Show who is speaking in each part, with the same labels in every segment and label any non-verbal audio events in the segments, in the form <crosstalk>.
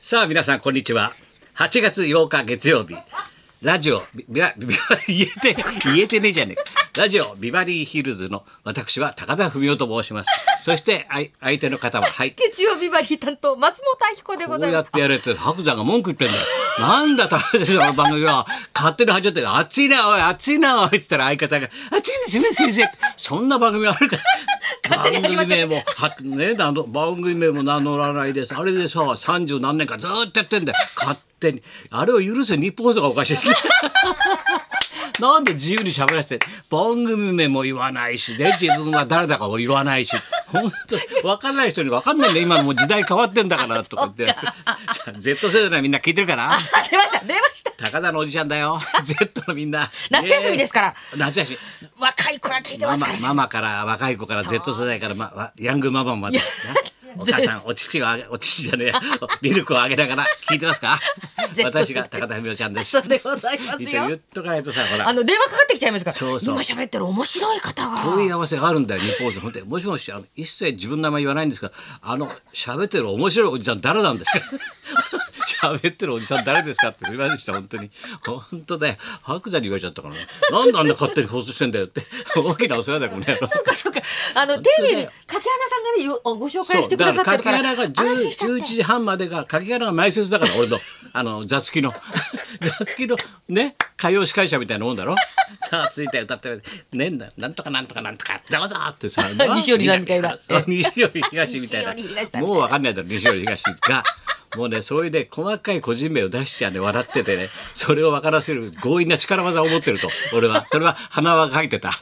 Speaker 1: さあ皆さんこんにちは8月8日月曜日ラジオビバビバ言えて言えてねえじゃねえラジオビバリーヒルズの私は高田文夫と申しますそしてあい相手の方ははい
Speaker 2: 月曜日バリー担当松本彦で
Speaker 1: こ
Speaker 2: ござ
Speaker 1: う
Speaker 2: い
Speaker 1: や
Speaker 2: ま
Speaker 1: っ
Speaker 2: す
Speaker 1: てやれって白山が文句言ってんだよなんだ高田さんの番組は勝手に始まって暑いなおい暑いなおいって言ったら相方が暑いですよね先生そんな番組あるか
Speaker 2: 勝手に始まっ
Speaker 1: 番
Speaker 2: ち
Speaker 1: 組
Speaker 2: ゃっ
Speaker 1: 名もはね名の番組名も名乗らないですあれでさ三十何年間ずーっとやってんだよ勝手にあれを許せ日本放送がおかしいなんで自由に喋らせて番組名も言わないしで自分は誰だかも言わないし本当分かんない人に分かんないね今のもう時代変わってんだ
Speaker 2: <laughs>
Speaker 1: からとか言って <laughs> じゃあ Z 世代のみんな聞いてるかな
Speaker 2: あ出ました出ました
Speaker 1: 高田のおじちゃんだよ Z のみんな
Speaker 2: 夏休みですから
Speaker 1: ねえ夏休み
Speaker 2: 若い子が聞いて
Speaker 1: マ
Speaker 2: ます
Speaker 1: マ
Speaker 2: から
Speaker 1: ママから若い子から Z 世代から、ま、わヤングママまでねお母さんお乳をあげお乳じゃねえやおミルクをあげながら聞いてます
Speaker 2: <laughs>
Speaker 1: か
Speaker 2: Z 世代
Speaker 1: 私が高田文夫ちゃんです
Speaker 2: そうでございます
Speaker 1: 一応言っ
Speaker 2: よ
Speaker 1: とかないとさほら
Speaker 2: あの電話かかってきちゃいますから
Speaker 1: そうそう
Speaker 2: 今喋ってる面白い方が
Speaker 1: 問い合わせがあるんだよ、日本放送。本当に、もしもし、あの、一切自分の名前言わないんですが、あの、喋ってる面白いおじさん誰なんですか <laughs> 喋ってるおじさん誰ですかってすみませんでした、本当に。本当だよ。白山に言われちゃったからね。なんであんな勝手に放送してんだよって。大きなお世話だよ、この野郎。
Speaker 2: そうかそうかあの丁寧に柿原さんがねよご紹介してくださってるから
Speaker 1: だから柿原が
Speaker 2: 安
Speaker 1: 10
Speaker 2: 心しちゃって
Speaker 1: 11時半までが柿原が前説だから俺
Speaker 2: <laughs>
Speaker 1: のあの座付きの <laughs> 座付きのね歌謡司会者みたいなもんだ
Speaker 2: <laughs>
Speaker 1: ろさあ続いて歌ってねななんとかなんとかなんとかどうぞってさ
Speaker 2: <laughs> 西寄さんみたいな
Speaker 1: そう西織東みたいな
Speaker 2: <laughs> 西寄東さんみたいな
Speaker 1: もうわかんないだろ西織東が。もうねそういうね細かい個人名を出しちゃね笑っててねそれを分からせる強引な力技を持ってると俺はそれは鼻は書いてた。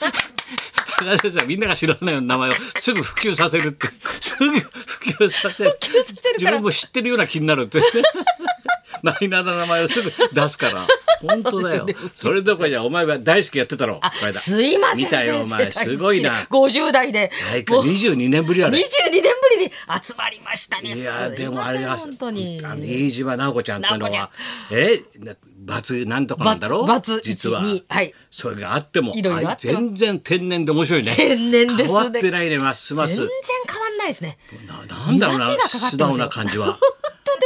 Speaker 1: 高田先生はみんなが知らないような名前をすぐ普及させるってすぐ普及させる
Speaker 2: 普及させるから
Speaker 1: 自分も知ってるような気になるって <laughs> マイナーな名前をすぐ出すから本当だよ
Speaker 2: <laughs> そうですよね
Speaker 1: それどころじゃお前は大好きやってたろこの間
Speaker 2: すいません
Speaker 1: 見たよお前
Speaker 2: 先生
Speaker 1: すごいな
Speaker 2: 50代で
Speaker 1: 大
Speaker 2: もう
Speaker 1: 会22年ぶりあ
Speaker 2: 22
Speaker 1: れ
Speaker 2: 年ぶりに集まりましたね
Speaker 1: いや
Speaker 2: すい
Speaker 1: でも
Speaker 2: ま
Speaker 1: あ
Speaker 2: せ
Speaker 1: れ
Speaker 2: ん
Speaker 1: が
Speaker 2: 本当に
Speaker 1: あの飯島直子ちゃんっていうの
Speaker 2: 直
Speaker 1: はえな罰なんとかなんだろう
Speaker 2: バツバツ
Speaker 1: 実は
Speaker 2: 一二はい
Speaker 1: それがあっても
Speaker 2: いろいろあ
Speaker 1: あ
Speaker 2: っても
Speaker 1: 全然天然で面白いね
Speaker 2: 天然ですね
Speaker 1: 変わってないねますま
Speaker 2: 全然
Speaker 1: す
Speaker 2: 変わんないですね
Speaker 1: ななんだろうな
Speaker 2: 磨きがかかってますよ
Speaker 1: 素直な感じ
Speaker 2: <laughs>
Speaker 1: は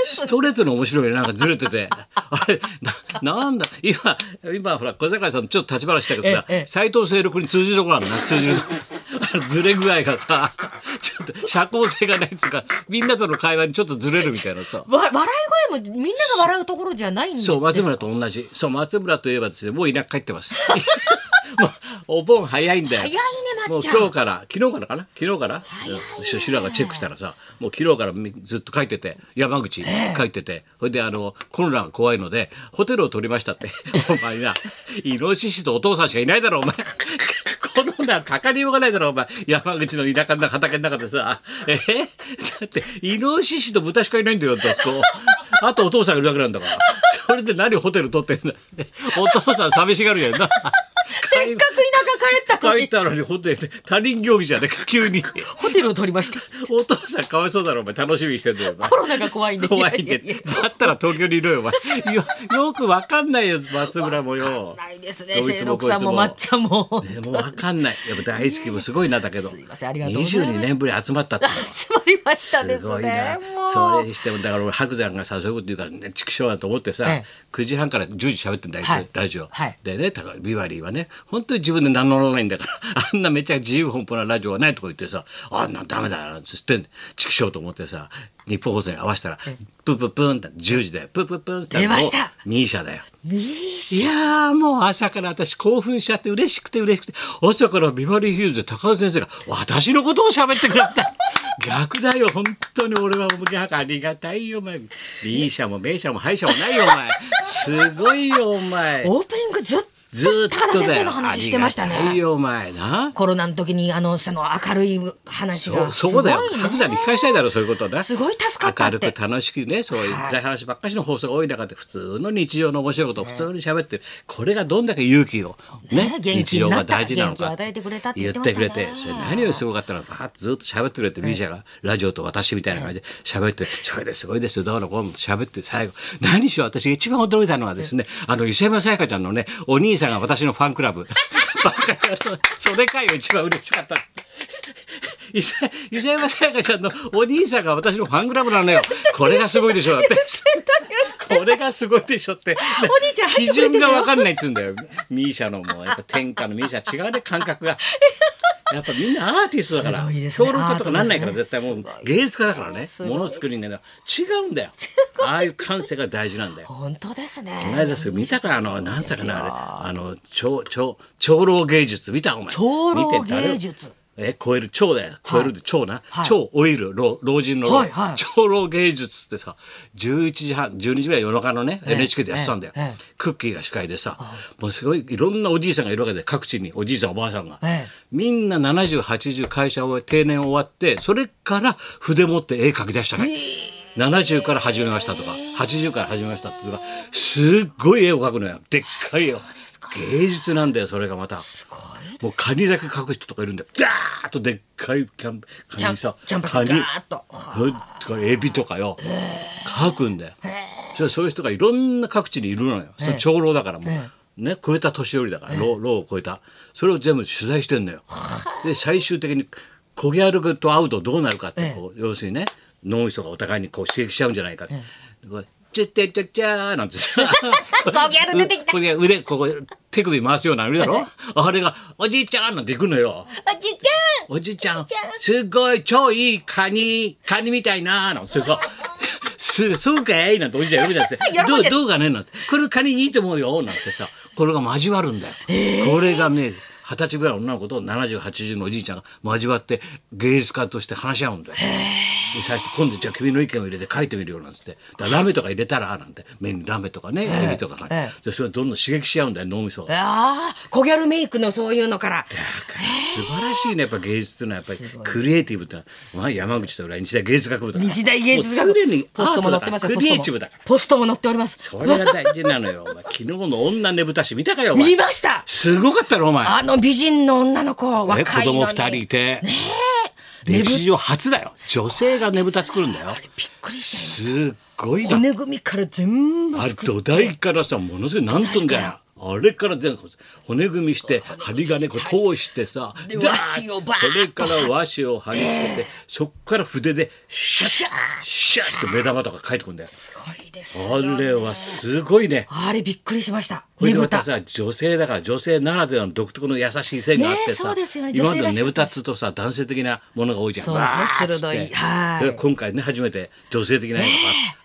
Speaker 1: ストレートの面白いねなんかずれてて <laughs> あれななんだ今今ほら小坂井さんちょっと立ち話したけどさ
Speaker 2: ええええ
Speaker 1: 斎藤清六に通じるところあるな通じる <laughs> あのずれ具合がさちょっと社交性がないっていうかみんなとの会話にちょっとずれるみたいなさ
Speaker 2: わ笑い声もみんなが笑うところじゃないんです
Speaker 1: そう松村と同じそう松村といえばですねもう田舎帰ってます <laughs> もうお盆早いんだよ
Speaker 2: 早いねま
Speaker 1: も
Speaker 2: っ
Speaker 1: う
Speaker 2: ちゃん
Speaker 1: 今日から昨日からかな昨日からしシュラがチェックしたらさもう昨日からみずっと書いてて山口書いててそれであのコロナが怖いのでホテルを取りましたって <laughs> お前なイノシシとお父さんしかいないだろお前 <laughs> コロナかかりようがないだろお前山口の田舎の畑の中でさえだってイノシシと豚しかいないんだよだってあそこあとお父さんがいるだけなんだからそれで何ホテル取ってんだお父さん寂しがるやんな
Speaker 2: せっかく田舎帰ったの
Speaker 1: 書い
Speaker 2: に
Speaker 1: たのにホテル他人行儀じゃねえか急に
Speaker 2: <laughs> ホテルを取りました
Speaker 1: お父さんかわいそうだろお前楽しみにしてんだよお前
Speaker 2: コロナが怖いんで
Speaker 1: 怖いんで
Speaker 2: ややや
Speaker 1: だったら東京にいろよお前よよくわかんないよ松村もよ
Speaker 2: ないですね
Speaker 1: どい
Speaker 2: 清
Speaker 1: つも
Speaker 2: 六
Speaker 1: こい
Speaker 2: さ
Speaker 1: つ
Speaker 2: んもまっちゃんも
Speaker 1: ねもうわかんないやっぱ大好きもすごいなだけど
Speaker 2: <laughs> すいませんありがとうございます
Speaker 1: 22年ぶり集まったって
Speaker 2: 集まりましたですす
Speaker 1: ごい
Speaker 2: ね
Speaker 1: な
Speaker 2: も
Speaker 1: そうれにしてもだから俺白山がさそういうこと言うからね畜生だと思ってさ、
Speaker 2: ええ
Speaker 1: 9時半から10時喋ってんだよ、
Speaker 2: はい
Speaker 1: ラジオ、
Speaker 2: はい
Speaker 1: でねだからビバリーはね本当に自分で名乗らないんだからあんなめちゃ自由奔放なラジオはないとか言ってさあんなんダメだなっつってん畜生と思ってさ日本放送に合わせたらプープープーンって10時だよプープープーンって
Speaker 2: 出ました
Speaker 1: ミーシャだよ
Speaker 2: ミーシ
Speaker 1: いやーもう朝から私興奮しちゃって嬉しくて嬉しくて朝からビバリーヒューズで高田先生が私のことを喋ってくれた <laughs> 逆だよ本当に俺は逆ありがたいよお前 B 社も名社も敗者もないよお前すごいよお前
Speaker 2: ャオープニングずっ
Speaker 1: ずー
Speaker 2: と
Speaker 1: っと
Speaker 2: 高田先
Speaker 1: だ
Speaker 2: 生
Speaker 1: よ
Speaker 2: の話してました
Speaker 1: ありがたい
Speaker 2: ね
Speaker 1: よお前な
Speaker 2: コロナの時にあのその明るい話
Speaker 1: そ
Speaker 2: が
Speaker 1: うそうだよ
Speaker 2: すごいね
Speaker 1: 白山に聞かしたいだろそういうことね
Speaker 2: すごい助かったって
Speaker 1: 明るく楽しくねそういう暗い話ばっかしの放送が多い中で普通の日常の面白いことを普通に喋ってるこれがどんだけ勇気をね
Speaker 2: ね <laughs> 元
Speaker 1: 日
Speaker 2: 気に
Speaker 1: 常
Speaker 2: な
Speaker 1: が
Speaker 2: った
Speaker 1: 大事なの
Speaker 2: 元気を
Speaker 1: か
Speaker 2: 与えてくれたって
Speaker 1: 言
Speaker 2: 言って
Speaker 1: っ
Speaker 2: ま
Speaker 1: て
Speaker 2: し
Speaker 1: く
Speaker 2: た
Speaker 1: れ
Speaker 2: ね
Speaker 1: てそれ何よりすごかったのはずっと喋ってくれて B 社がラジオと私みたいな感じで喋ってそれですごいですよどうのこうのと喋って最後何しろ私が一番驚いたのはですねあの伊勢山さやかちゃんのねお兄さんが
Speaker 2: <laughs>
Speaker 1: 私のファンクラブバカ野郎それかよ一番嬉しかった。 <laughs> 伊勢伊勢山さやかちゃんのお兄さんが私のファンクラブなのよ。これがすごいでしょだって。これがすごいでしょって。
Speaker 2: お兄ちゃん入っ
Speaker 1: 基
Speaker 2: てくれて
Speaker 1: 準
Speaker 2: るよ
Speaker 1: がわかんないっつうんだよ。ミーシャのもうやっぱ天下のミーシャは違うね感覚が。やっぱみんなアーティストだから、
Speaker 2: すごいですね
Speaker 1: 評論家とかなんないから
Speaker 2: アートで
Speaker 1: 絶
Speaker 2: すね
Speaker 1: 対もう芸術家だからね
Speaker 2: すごい
Speaker 1: もの作りになる違うんだよああいう感性が大事なんだよ
Speaker 2: 本当ですね。
Speaker 1: あれですよ見たかあの何だかなあれあの長長長老芸術見たお前
Speaker 2: 長老
Speaker 1: 見て誰
Speaker 2: 芸術
Speaker 1: え超える長だよ超えるで長な、
Speaker 2: はい
Speaker 1: 超老いる老老人の老、
Speaker 2: はいはい
Speaker 1: 長老芸術ってさ11時半12時ぐらい夜中のね、NHK でやってたんだよ、
Speaker 2: ええ
Speaker 1: クッキーが司会でさもうすごいいろんなおじいさんがいるわけで各地におじいさんおばあさんが、
Speaker 2: ええ
Speaker 1: みんな7080会社を定年終わってそれから筆持って絵描き出したから、70から始めましたとか80から始めましたとかすっごい絵を描くのよでっかいよ芸術なんだよそれがまた。
Speaker 2: すごい。
Speaker 1: もうカニだけ描く人とかいるんだよ。ジャーッとでっかいキャンカ
Speaker 2: キャン
Speaker 1: ニさ、
Speaker 2: キャンパス
Speaker 1: カニ
Speaker 2: ガーッと
Speaker 1: それとかエビとかよ、描くんだよ。それそういう人がいろんな各地にいるのよ。その長老だからもう。ね、超えた年寄りだから、老老を超えたそれを全部取材してんのよ。で最終的にコギャルと会うとどうなるかってこう、要するにね脳みそがお互いにこう刺激しちゃうんじゃないかって。こうチュッチャチャチャーなんてさ
Speaker 2: コギャ <laughs> ル出てきた
Speaker 1: これ腕ここ手首回すようなのいるだろあれが「おじいちゃん」なんて行くのよ
Speaker 2: あちっちゃ
Speaker 1: 「おじいちゃん
Speaker 2: ちゃん
Speaker 1: すごい超いいカニカニみたいな」なんてさ「すそうかい?」なんておじいちゃん呼ぶじゃなくて
Speaker 2: <laughs> 喜ん
Speaker 1: どう
Speaker 2: でる
Speaker 1: どうかね?」なんて「これカニいいと思うよ」なんてさこれが交わるんだよ。これがね二十歳ぐらいの女の子と7080のおじいちゃんが交わって芸術家として話し合うんだよ。で最初今度じゃあ君の意見を入れて書いてみるよなんつってだからラメとか入れたらなんて麺にラメとかねエビとか、
Speaker 2: え
Speaker 1: でそれをどんどん刺激し合うんだよ脳みそを
Speaker 2: ん。ああ、コギャルメイクのそういうのから。
Speaker 1: 素晴らしいねやっぱ芸術っていうのはやっぱりクリエイティブってのは、まあ、山口と裏日大芸術学部だから
Speaker 2: 日大芸術学
Speaker 1: もう常に
Speaker 2: ポストも
Speaker 1: ア
Speaker 2: 載
Speaker 1: ートだ
Speaker 2: って
Speaker 1: か
Speaker 2: ます
Speaker 1: ら
Speaker 2: よ。
Speaker 1: クリエイティブだから
Speaker 2: ポストも載っております。
Speaker 1: それが大事なのよお
Speaker 2: <laughs>
Speaker 1: 前昨日の女ねぶた師見たかよお前
Speaker 2: 見ました。
Speaker 1: すごかったろお前
Speaker 2: あの美人の女の子、若
Speaker 1: ね
Speaker 2: いの
Speaker 1: 子
Speaker 2: に
Speaker 1: 供二人いて、歴史上初だよ女性がねぶた作るんだよ
Speaker 2: びっくりし
Speaker 1: すっごい
Speaker 2: た。
Speaker 1: な
Speaker 2: 骨組みから全部
Speaker 1: あ
Speaker 2: 作
Speaker 1: 土
Speaker 2: っ
Speaker 1: 台からさものすごい何トンだよあれから全部骨組みして針金こう通してさ
Speaker 2: で
Speaker 1: ダーッ
Speaker 2: 和紙をバーッと
Speaker 1: それから和紙を貼り付けてそっから筆でシャッ
Speaker 2: シャー
Speaker 1: シャッって目玉とか描いてくんだよ
Speaker 2: すごいです
Speaker 1: あ
Speaker 2: よね。
Speaker 1: れはすごいね
Speaker 2: あれびっくりしました。
Speaker 1: これ
Speaker 2: ね
Speaker 1: で
Speaker 2: ぶ
Speaker 1: ま
Speaker 2: た
Speaker 1: た。さ女性だから女性ならではの独特の優しい線があって
Speaker 2: ねえそ
Speaker 1: さ、
Speaker 2: うですよね
Speaker 1: 今まで
Speaker 2: 女性
Speaker 1: の
Speaker 2: らし
Speaker 1: ね
Speaker 2: か
Speaker 1: ぶ
Speaker 2: った
Speaker 1: た
Speaker 2: で
Speaker 1: っつうとさ男性的なものが多いじゃん
Speaker 2: そうですね
Speaker 1: わーっつって
Speaker 2: 鋭いはい
Speaker 1: で今回ね初めて女性的なのが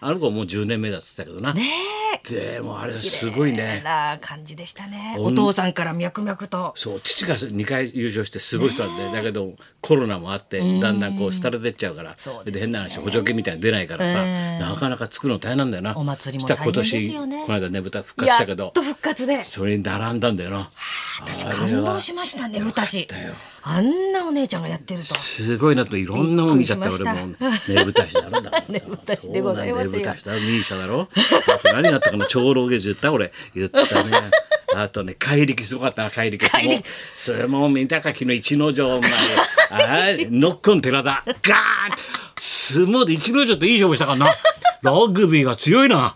Speaker 1: あの子もう10年目だっつってたけどな、
Speaker 2: ねえ。
Speaker 1: でもあれすごいね
Speaker 2: な感じでしたね。お父さんから脈々と。
Speaker 1: そう父が2回優勝してすごい人なんで、だけどコロナもあってだんだんこう廃れてっちゃうから
Speaker 2: そう
Speaker 1: で
Speaker 2: ですね
Speaker 1: 変な話補助金みたいに出ないからさ、なかなか作るの大変なんだよな
Speaker 2: お祭りも
Speaker 1: そしたら
Speaker 2: 大変ですよね
Speaker 1: 今年この間ねぶた復活
Speaker 2: や
Speaker 1: したけ
Speaker 2: っ
Speaker 1: ど
Speaker 2: と復活で。
Speaker 1: それに並んだんだよな
Speaker 2: 私
Speaker 1: あれは
Speaker 2: 感動しましたね、ぶたし
Speaker 1: たよ。
Speaker 2: あんなお姉ちゃんがやってると。
Speaker 1: すごいなといろんなもん見ちゃった
Speaker 2: びっくり
Speaker 1: 俺
Speaker 2: しま
Speaker 1: もねぶた師だろだからさ
Speaker 2: <laughs> ねぶた師でございますよ
Speaker 1: そうなんだねぶた師だろミーシャだろあと何があったかな長老芸術言った俺言
Speaker 2: <laughs>
Speaker 1: ったねあとね怪力すごかったな怪力
Speaker 2: 怪力
Speaker 1: もうそれも見たか昨日一の城
Speaker 2: <laughs>
Speaker 1: お前あーノッコン寺田ガーン相撲で一の城といい勝負したからなラグビーが強い
Speaker 2: <laughs>
Speaker 1: な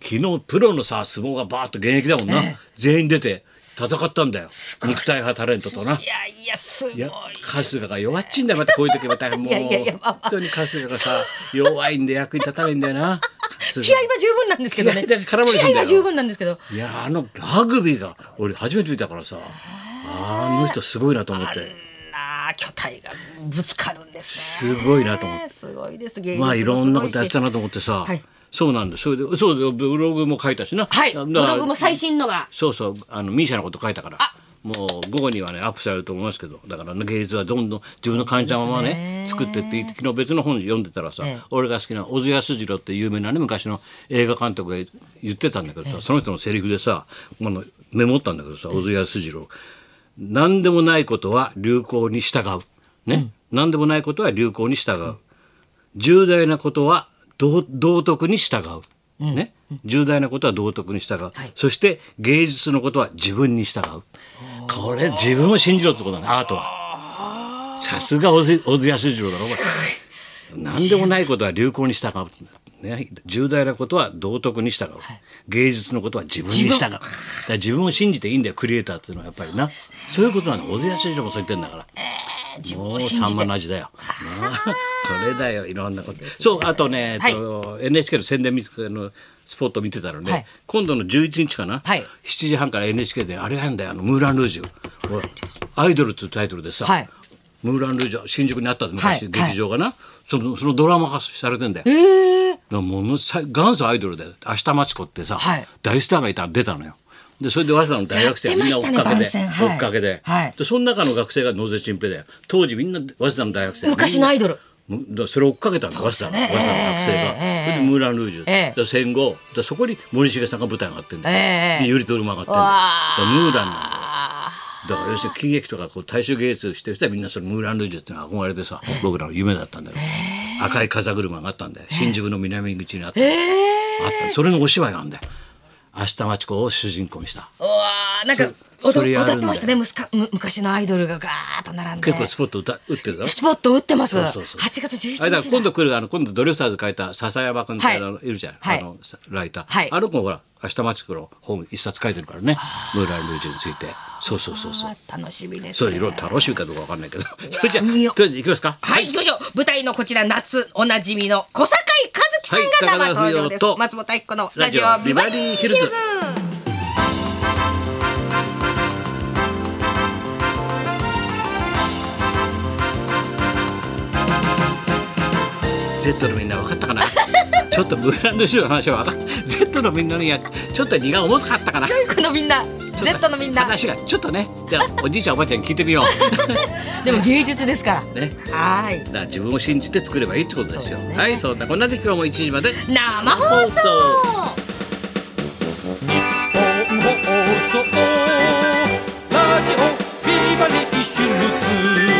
Speaker 1: 昨日プロのさ相撲がバーッと現役だもんな、全員出て戦ったんだよ肉体派タレントとない
Speaker 2: やいや、すごい
Speaker 1: いや。春日が弱っちいんだよまたこういう時またもう
Speaker 2: いやいやいやまあま
Speaker 1: 本当に春日がさ弱いんで役に立たないんだよな春日
Speaker 2: 気合は十分なんですけどね。
Speaker 1: 気合だけ絡まれてんだよ
Speaker 2: 気合は十分なんですけど。
Speaker 1: いやあのラグビーが俺初めて見たからさあの人すごいなと思って
Speaker 2: なあ、巨体がぶつかるんですね。
Speaker 1: すごいなと思って
Speaker 2: すごいです。芸術も
Speaker 1: まあいろんなこと
Speaker 2: す
Speaker 1: やっ
Speaker 2: ご
Speaker 1: て
Speaker 2: いした
Speaker 1: なと思ってさ、
Speaker 2: はい
Speaker 1: そうなんだそれでそうだよブログも書いたしな
Speaker 2: はい、
Speaker 1: だ
Speaker 2: ブ
Speaker 1: から
Speaker 2: ログも最新のが。
Speaker 1: そうそうあのミーシャのこと書いたから
Speaker 2: あ
Speaker 1: もう午後にはねアップされると思いますけどだからね芸術はどんどん自分の感じたまま
Speaker 2: そうです
Speaker 1: ね
Speaker 2: ね
Speaker 1: 作ってって昨日別の本読んでたらさ、
Speaker 2: ええ
Speaker 1: 俺が好きな小津安二郎って有名なね昔の映画監督が言ってたんだけどさ、その人のセリフでさあのメモったんだけどさ小津安二郎、何でもないことは流行に従うね、何でもないことは流行に従う、重大なことは道道徳に従う、ね、重大なことは道徳に従う、そして芸術のことは自分に従うこれ自分を信じろってことだねアートはさすが小津小津安二郎だろこれ何でもないことは流行に従う、ね、重大なことは道徳に従う、芸術のことは自分に従うだから自分を信じていいんだよクリエイターっていうのはやっぱりなそう,、いうことなの小津安二郎もそう言ってんだから。
Speaker 2: 自分
Speaker 1: も
Speaker 2: を
Speaker 1: う
Speaker 2: 信
Speaker 1: さん
Speaker 2: じ
Speaker 1: ま
Speaker 2: て
Speaker 1: の味だよ。なあ <laughs> それだよ、いろんなこと。そう、あとね、えっと NHK の宣伝見つけのスポット見てたらね、
Speaker 2: はい
Speaker 1: 今度の11日かな、
Speaker 2: はい
Speaker 1: 7時半から NHK であれやんだよ、あのムーラン・ルージュ。ほらアイドルっていうタイトルでさ、
Speaker 2: はい
Speaker 1: ムーラン・ルージュ、新宿にあったの昔、
Speaker 2: はいはい
Speaker 1: 劇場がな、その、そのドラマ化されてんだよ。だからものさ元祖アイドルで明日町子ってさ、
Speaker 2: はい
Speaker 1: 大スターがいた出たのよでそれで早稲田の大学生
Speaker 2: や
Speaker 1: は
Speaker 2: って
Speaker 1: みん
Speaker 2: ま
Speaker 1: な追
Speaker 2: し
Speaker 1: ったか
Speaker 2: ね
Speaker 1: け
Speaker 2: 番
Speaker 1: で、
Speaker 2: 宣はい
Speaker 1: 追っかけで,、
Speaker 2: はい
Speaker 1: でその中の学生が野瀬チンペだよ当時みんな早稲田の大学生
Speaker 2: 昔のアイドル
Speaker 1: みんなそれを追っかけたんだ早稲田が
Speaker 2: そう
Speaker 1: 早稲
Speaker 2: です
Speaker 1: 田
Speaker 2: ね
Speaker 1: の学生が、
Speaker 2: ええ
Speaker 1: それでムーラン・ルージュ、
Speaker 2: ええ
Speaker 1: で戦後でそこに森重さんが舞台上がってんだよ、
Speaker 2: ええ
Speaker 1: でゆりとるまがってんだよ
Speaker 2: わ
Speaker 1: だからムーランなんだよ
Speaker 2: あ
Speaker 1: だから要するに喜劇とかこう大衆芸術してる人はみんなそれムーラン・ルージュっていうのは憧れてさ僕らの夢だったんだよ、赤い風車があったんだよ新宿の南口にあった,、あったそれのお芝居なんだよ明日町子を主人公にした
Speaker 2: うわーなんか
Speaker 1: そそ
Speaker 2: 踊
Speaker 1: れやるんだよ
Speaker 2: 踊ってましたねむすかむ昔のアイドルがガーッと並んで
Speaker 1: 結構スポット打た打ってるだろ
Speaker 2: スポット打ってます
Speaker 1: そうそうそう
Speaker 2: 8月
Speaker 1: あれだか
Speaker 2: 11
Speaker 1: ら
Speaker 2: 日
Speaker 1: 今度来るあの今度ドリフターズ書いた笹山君って
Speaker 2: はい
Speaker 1: あのいるじゃん、
Speaker 2: はい
Speaker 1: あのさライター、
Speaker 2: はい
Speaker 1: あの子ほら明日町子の本一冊書いてるからねムーラン・ルージュについてそうそうそうそう
Speaker 2: あー楽しみですね
Speaker 1: そういろいろ楽しみかどうかわかんないけどそれじゃあと
Speaker 2: 見
Speaker 1: り
Speaker 2: よ
Speaker 1: あ
Speaker 2: う
Speaker 1: えず行きますか
Speaker 2: はい、行きましょう。舞台のこちら夏おなじみの小坂井和樹さんが
Speaker 1: はい
Speaker 2: 生登場です。
Speaker 1: 高田文夫と
Speaker 2: 松本明子の
Speaker 1: ラ
Speaker 2: ラ
Speaker 1: ジ
Speaker 2: ジ
Speaker 1: オ
Speaker 2: オ
Speaker 1: ビ
Speaker 2: ビ
Speaker 1: バ
Speaker 2: バ
Speaker 1: リ
Speaker 2: リ
Speaker 1: ー
Speaker 2: ー
Speaker 1: ヒ
Speaker 2: ヒ
Speaker 1: ル
Speaker 2: ル
Speaker 1: ズ
Speaker 2: ズ。
Speaker 1: Z のみんな分かったかな <laughs> ちょっとブーランドシューの話は分かん Z のみんなにはちょっと荷が重かったかな <laughs>
Speaker 2: 教育のみんな、Z のみんな。
Speaker 1: 話がちょっとねじゃあおじいちゃんおばあちゃんに聞いてみよ
Speaker 2: でも芸術ですから。
Speaker 1: う <laughs> ね
Speaker 2: はい。
Speaker 1: だから自分を信じて作ればいいってことですよ
Speaker 2: そうですね
Speaker 1: はいそんなこんなで今日も1時まで
Speaker 2: 生放送。
Speaker 3: 日本放送ラジオビバリーヒルズ」